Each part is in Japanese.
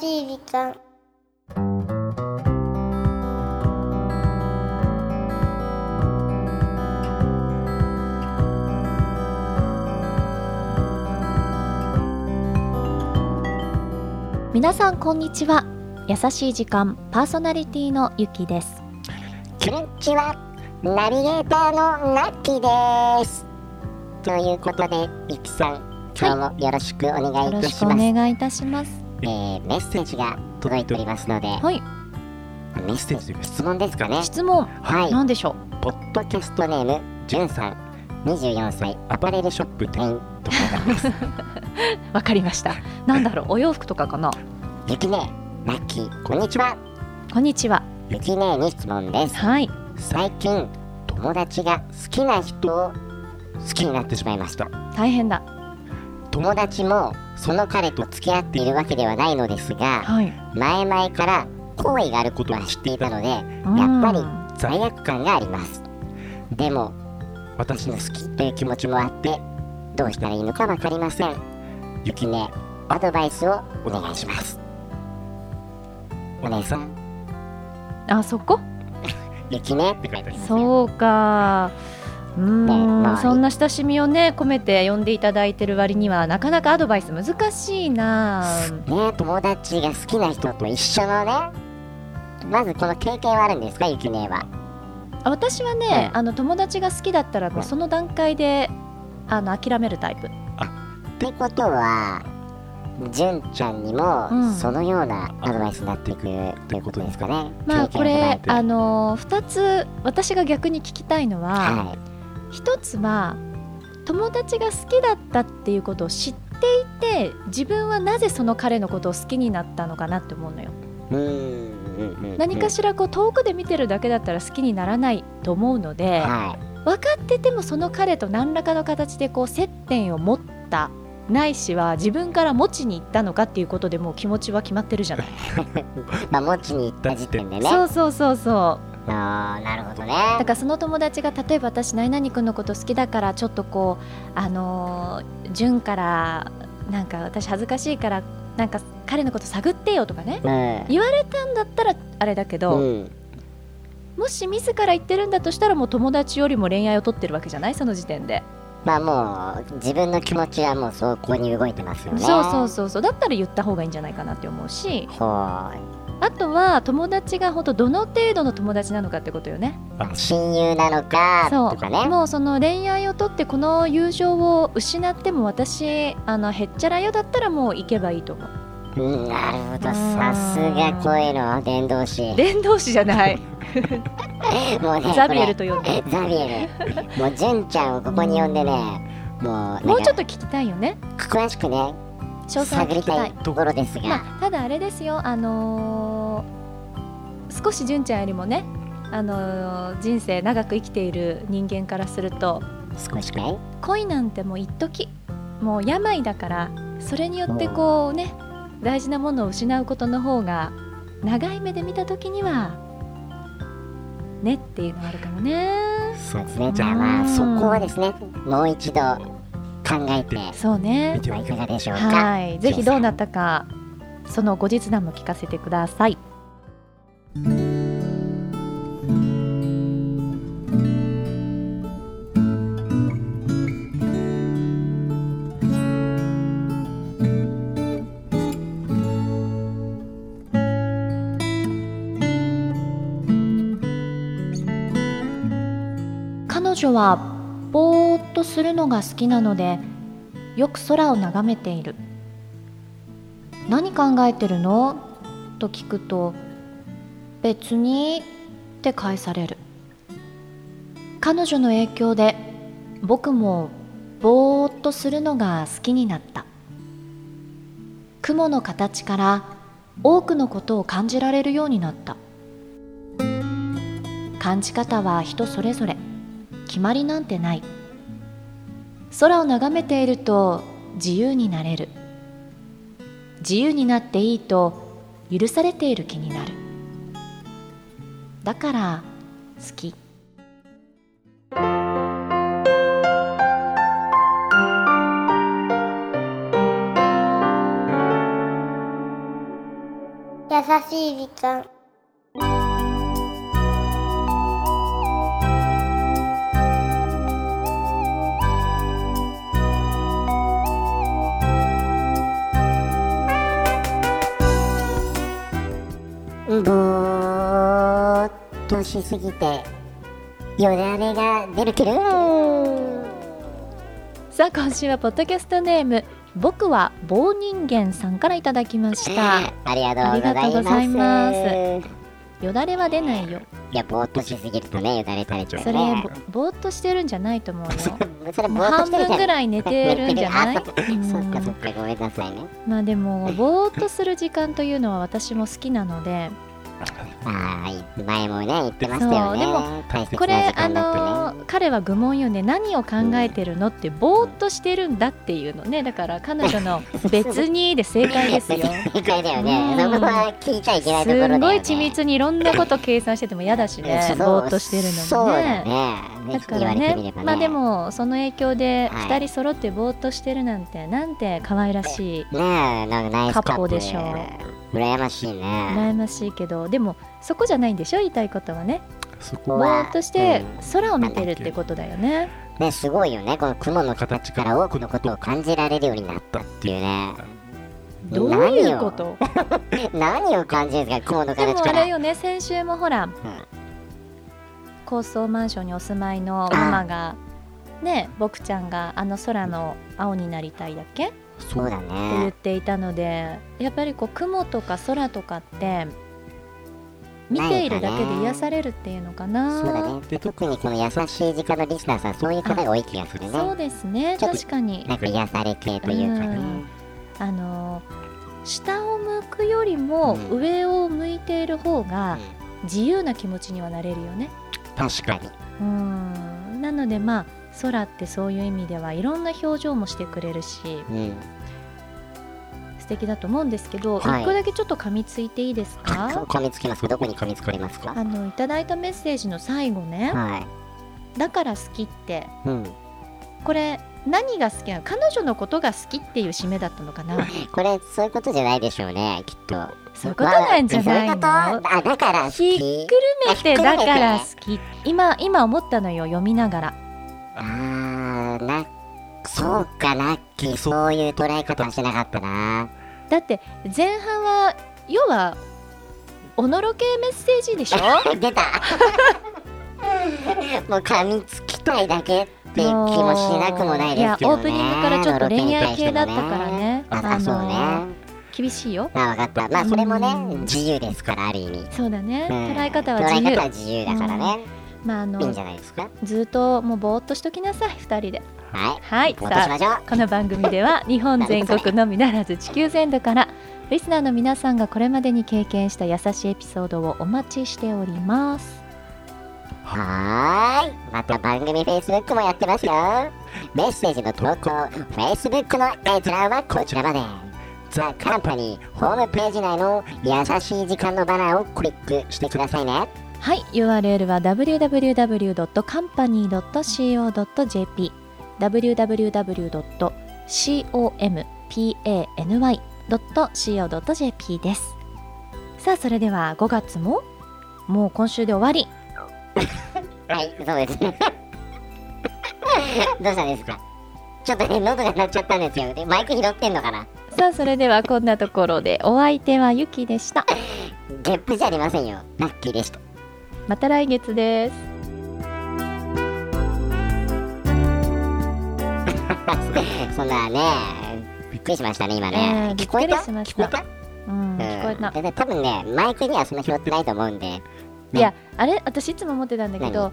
しい時間皆さんこんにちは優しい時間パーソナリティのゆきですこんにちは。ナビゲーターのナッキーです。ということで、ミキさん、今日もよろしくお願よいいろたししくおます。願いいたしますえーメッセージが届いておりますので、はいメッセージというか質問ですかね。質問はい。何でしょポッドキャストネーム、じゅんさん、24歳、アパレルショップ店員とかがあ ります。うわかりましたなんだろ うお洋服とかかなゆきねえ、ナッキー、こんにちは。こんにちはゆきねえに質問です。はい最近、友達が好きな人を好きになってしまいました。大変だ友達もその彼と付き合っているわけではないのですがはい前々から好意があることは知っていたのでうんやっぱり罪悪感がありますでも私の好きという気持ちもあってどうしたらいいのか分かりませんゆきねアドバイスをお願いしますお姉さんあそこゆきねって書いてありますよそうかうーん、ねまあそんな親しみをね込めて呼んでいただいてる割にはなかなかアドバイス難しいなね友達が好きな人と一緒のねまずこの経験はあるんですかゆきねはあ私はね、うあの友達が好きだったら、うんその段階であの諦めるタイプってことは純ちゃんにもうんそのようなアドバイスになっていくということですかね。まあ経こ験を踏れいてあの2つ私が逆に聞きたいのは、は一1つは友達が好きだったっていうことを知っていて自分はなぜその彼のことを好きになったのかなって思うのよ。い、うーんうんうんうん何かしらこう遠くで見てるだけだったら好きにならないと思うので、は分かっててもその彼と何らかの形でこう接点を持ったないしは自分から持ちに行ったのかっていうことでもう気持ちは決まってるじゃない、い、 まあ持ちに行った時点でね。そうそうそうそうあーなるほどね。だからその友達が例えば私何々君のこと好きだからちょっとこうあのー純からなんか私恥ずかしいからなんか彼のこと探ってよとかねうん言われたんだったらあれだけど、うんもし自ら言ってるんだとしたらもう友達よりも恋愛を取ってるわけじゃないその時点で、まあもう自分の気持ちはもうそこに動いてますよね。そうそうそうそうだったら言った方がいいんじゃないかなって思うしはあとは友達が本当どの程度の友達なのかってことよねい。親友なのかそとうかね。もうその恋愛をとってこの友情を失っても私あのへっちゃらよだったらもう行けばいいと思ううんなるほうど。んさすがこういうのは伝道師。伝道師じゃない もうねザビエルこと呼んれでザビエ ル。もう純ちゃんをここに呼んでね、もうもうちょっとと聞きたいよね詳しくね詳細を探聞りきたたいいところですが、まあ、ただあれですよ、あのー少し純ちゃんよりもね、あのー人生長く生きている人間からすると少しくらい。恋なんてもう一時もう病だからそれによってこうね大事なものを失うことの方が長い目で見た時にはねっていうのがあるかもねそうですね。じゃあまうあんそこはですね、もう一度考えてそうねみてはいかがでしょうか。はいぜひどうなったかその後日談も聞かせてください彼女はぼーっとするのが好きなのでよく空を眺めている何考えてるのと聞くと別にって返される彼女の影響で僕もぼーっとするのが好きになった雲の形から多くのことを感じられるようになった感じ方は人それぞれ決まりなんてない空を眺めていると自由になれる自由になっていいと許されている気になるだから好きしい時間ぼーっとしすぎてよだれが出るけるさあ今週はポッドキャストネーム僕は棒人間さんからいただきましたありがとうございますよだれは出ないよいやぼーっとしすぎるとねよだれ垂れちゃうそれねぼぼーっとしてるんじゃないと思うよそれもぼうーっと半してる分じぐゃんらい寝てるんじゃない そっかうんそっかそっかごめんなさいねまあでもぼーっとする時間というのは私も好きなのでああ前もね言ってましたそようねでも大切これな時あ間だってねの彼は愚問よね何を考えてるのってぼーっとしてるんだっていうのねだから彼女 の「別に」で正解ですよ。正解だよね、うんそこは聞いちゃいけないところだよすねんごい緻密にいろんなこと計算してても嫌だしね そうぼーっとしてるそのうもだねね。ねだから言われねてみればねまあでもその影響ではい2人揃ってぼーっとしてるなんてなんて可愛らしいねえなんかナイスカップカップでしょう羨ましいね羨ましいけどでもそこじゃないんでしょ言いたいことはねそこぼうわーっとしてうん空を見てるってことだよねねすごいよねこの雲の形から多くのことを感じられるようになったっていう ねどういうこと何を感じるんですか雲ので形もかあられよね先週もほら高層マンションにお住まいのママがね僕ちゃんがあの空の青になりたいだっけってそうだ言っねていたのでやっぱりこう雲とか空とかって見ているだけで癒されるっていうのかなそうだねで特にこの優しい時間のリスナーさんそういう方が多い気がするねそうですねちょっと確かになんか癒され系というかね、うんあの下を向くよりもうん上を向いている方がう自由な気持ちにはなれるよね確かにうんなのでまあ空ってそういう意味ではいろんな表情もしてくれるしんうん素敵だと思うんですけど、一はい1個だけちょっと噛みついていいですか噛みつきますかどこに噛みつかれますかあのいただいたメッセージの最後ねは「だから好き」ってい、うん、これ何が好きなの彼女のことが好きっていう締めだったのかなこれそういうことじゃないでしょうねきっとそういうことなんじゃないの、まあそういうことあだから好ひっきくるめてあひっくるめだてから好き今今思ったのよ読みながらあーなそうかラッキーそういう捉え方はしてなかったなだって前半は要はおのろけメッセージでし ょ出たもう噛みつきたいだけっていう気もしなくもないですけやどねオープニングからちょっと恋愛系だったからねああのあそうねあ厳しいよ分かったまあそれもうねん自由ですからある意味、そうだねうん捉え方は自捉え由方は自由だからね、まああいいんのじゃないですかずっともうぼーっとしときなさい2人ではいはい戻しさましょうあこの番組で は日本全国のみならず地球全土からリスナーの皆さんがこれまでに経験した優しいエピソードをお待ちしておりますはーい。また番組 Facebook もやってますよ。メッセージの投稿、Facebook の閲覧はこちらまで。ザ・カンパニーホームページ内の優しい時間のバナーをクリックしてくださいね。はい URL は www.company.co.jp www.company.co.jp ですさあそれでは5月ももう今週で終わりはい、そうですね。 どうしたんですかちょっとね、喉が鳴っちゃったんですよ。でマイク拾ってんのかなさあそれではこんなところでお相手はゆきでしたゲップじゃありませんよ。ラッキーでした。また来月ですそんなね、びっくりしましたね、今えーね。びっ聞こくえりたしまし聞たこえたうんうん聞こえたでで多分ね、マイクにはそんな拾ってないと思うんで。いやあれ私いつも思ってたんだけど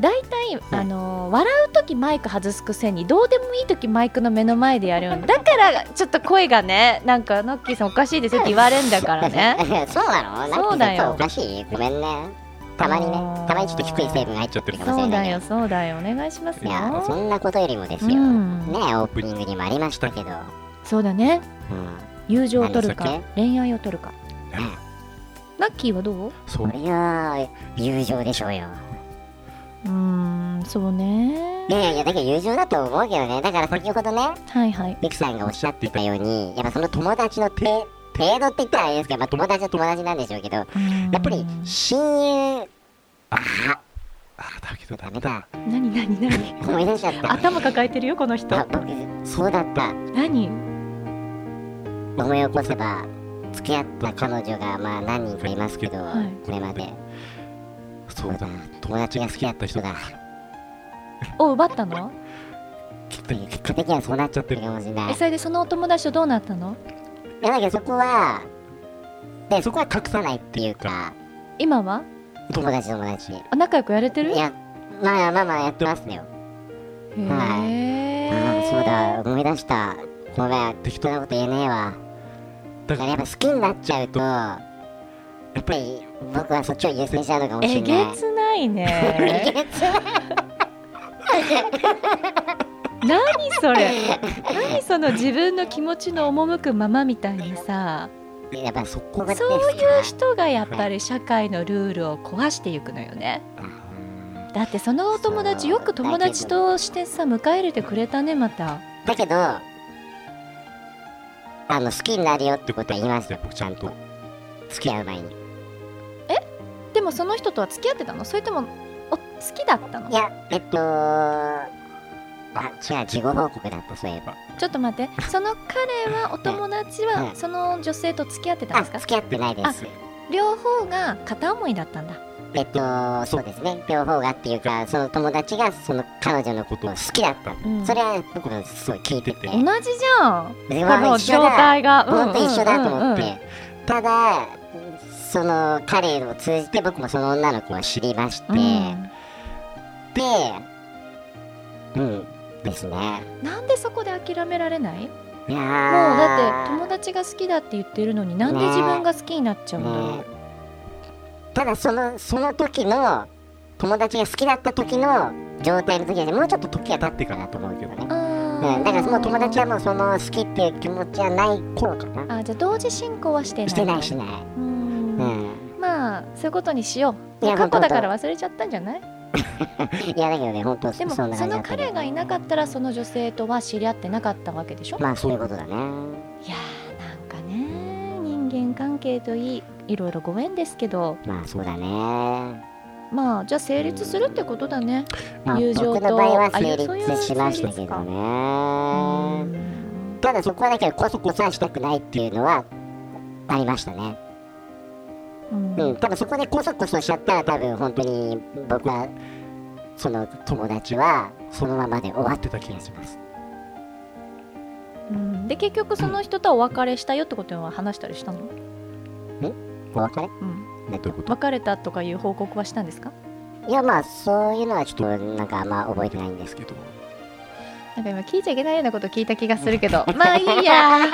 大体うんあのー笑う時マイク外すくせにどうでもいい時マイクの目の前でやるんだからちょっと声がねなんかノッキーさんおかしいですよって言われんだからね そうなのなんかそうだよちょっとおかしいごめんねたまにねたまにちょっと低い成分入っちゃってるかもしそうれなだいよけそうだよお願いしますどいやそよんなことよりもですよ、うんねオープニングにもありましたけど、うそうだねん、友情を取る何かでし恋愛を取るかナッキーはどうそこうれは友情でしょうようーんそうねいやいやいやだけど友情だと思うけどねだから先ほどねはいはいミキさんがおっしゃっていたようにやっぱその友達の手程度って言ったらあれですけど、まあ、友達は友達なんでしょうけど、やっぱり親友、ああ、ああ、だけどダメだ。何何 何思い出しちゃった。頭抱えてるよこの人あ僕、そうだった。何思い起こせば、付き合った彼女がまあ何人かいますけど、はいこれまで。そうだ、友達が好きだった人が、を奪ったのきっと結果的にはそうなっちゃってるかもしれないえ。それでそのお友達とどうなったのいやだけどそこはでそこは隠さないっていうか今は友達友達いあ仲良くやれてるへやまあまあまあやってますねよ、え、ああそうだ思い出したごめん適当なこと言えねえわだからやっぱ好きになっちゃうとやっぱり僕はそっちを優先しちゃうのかもしえれないげつないえねげつない何それ何その自分の気持ちの赴くままみたいなさやっぱそこがですそういう人がやっぱり社会のルールを壊していくのよねうんだってそのお友達そうよく友達としてさ迎え入れてくれたねまただけどあの好きになるよってことは言いますよ僕ちゃんと付き合う前にでもその人とは付き合ってたのそれともお好きだったのいや、えっと、あ、違う、事後報告だった、そういえば。ちょっと待ってその彼はお友達うはんその女性と付き合ってたんあ、ですか付き合ってないです。両方が片思いだったんだえっと、そうですね、両方がっていうか、その友達がその彼女のことを好きだった。うんそれは僕もすごい聞いてて、同じじゃんでこまあの一緒状だ、態が本当一緒だと思うっんうんうんて。ただ、その彼を通じて僕もその女の子を知りまして、うんで、うん、ですね。なんでそこで諦められないもういやだって友友達が好きだって言ってるのになんで自分が好きになっちゃうんだろねただそのその時の友達が好きだった時の状態の時はもうちょっと時が経ってかなと思うけどね、うあうーん、だからその友達はもうその好きっていう気持ちはない頃かなあじゃあ同時進行はしてないしてないしてないううんんまあそういうことにしよういや過去だから忘れちゃったんじゃないいやだけどね本当でもそんなそ感じだのった彼がいなかったらその女性とは知り合ってなかったわけでしょまあそういうことだねいやーなんかね人間関係といいいろいろご縁ですけどまあそうだねまあじゃあ成立するってことだねまあ友情と僕の場合はあ成そういう立しましたけ成ど立ねんただそこはだけどこそこそはしたくないっていうのはありましたねうんうん、多分そこでコソコソしちゃったら多分本当に僕はその友達はそのままで終わってた気がしますうんで結局その人とはお別れしたよってことは話したりしたの、お別れうん、ねどういうこ別れたとかいう報告はしたんですかいやまあそういうのはちょっとなんかあんま覚えてない んですけどなんか今聞いちゃいけないようなこと聞いた気がするけ どまあいいや、ゆ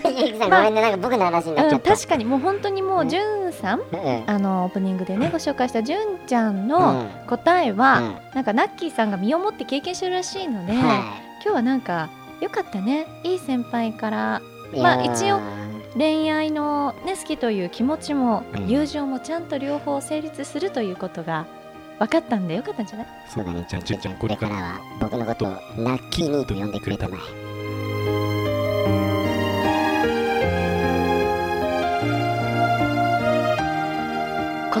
うきさんごめんねなんか僕の話に なっちうゃん、った、確かにもう本当にもうじゅんさんうんうんあのオープニングでねご紹介したじゅんちゃんうんの答えは、うんなんかナッキーさんが身をもって経験してるらしいので、今は日はなんか良かったねいい先輩からいまあいやー一応恋愛の、ね、好きという気持ちもうん友情もちゃんと両方成立するということが分かったんでよかったんじゃないそうだねちゃんちゃんちゃんこれからは僕のことをラッキーニーと呼んでくれたまえこ